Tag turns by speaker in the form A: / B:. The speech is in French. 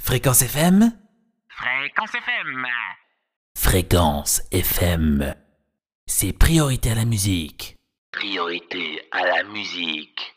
A: Fréquence FM
B: Fréquence FM.
A: Fréquence FM. C'est priorité à la musique.
B: Priorité à la musique.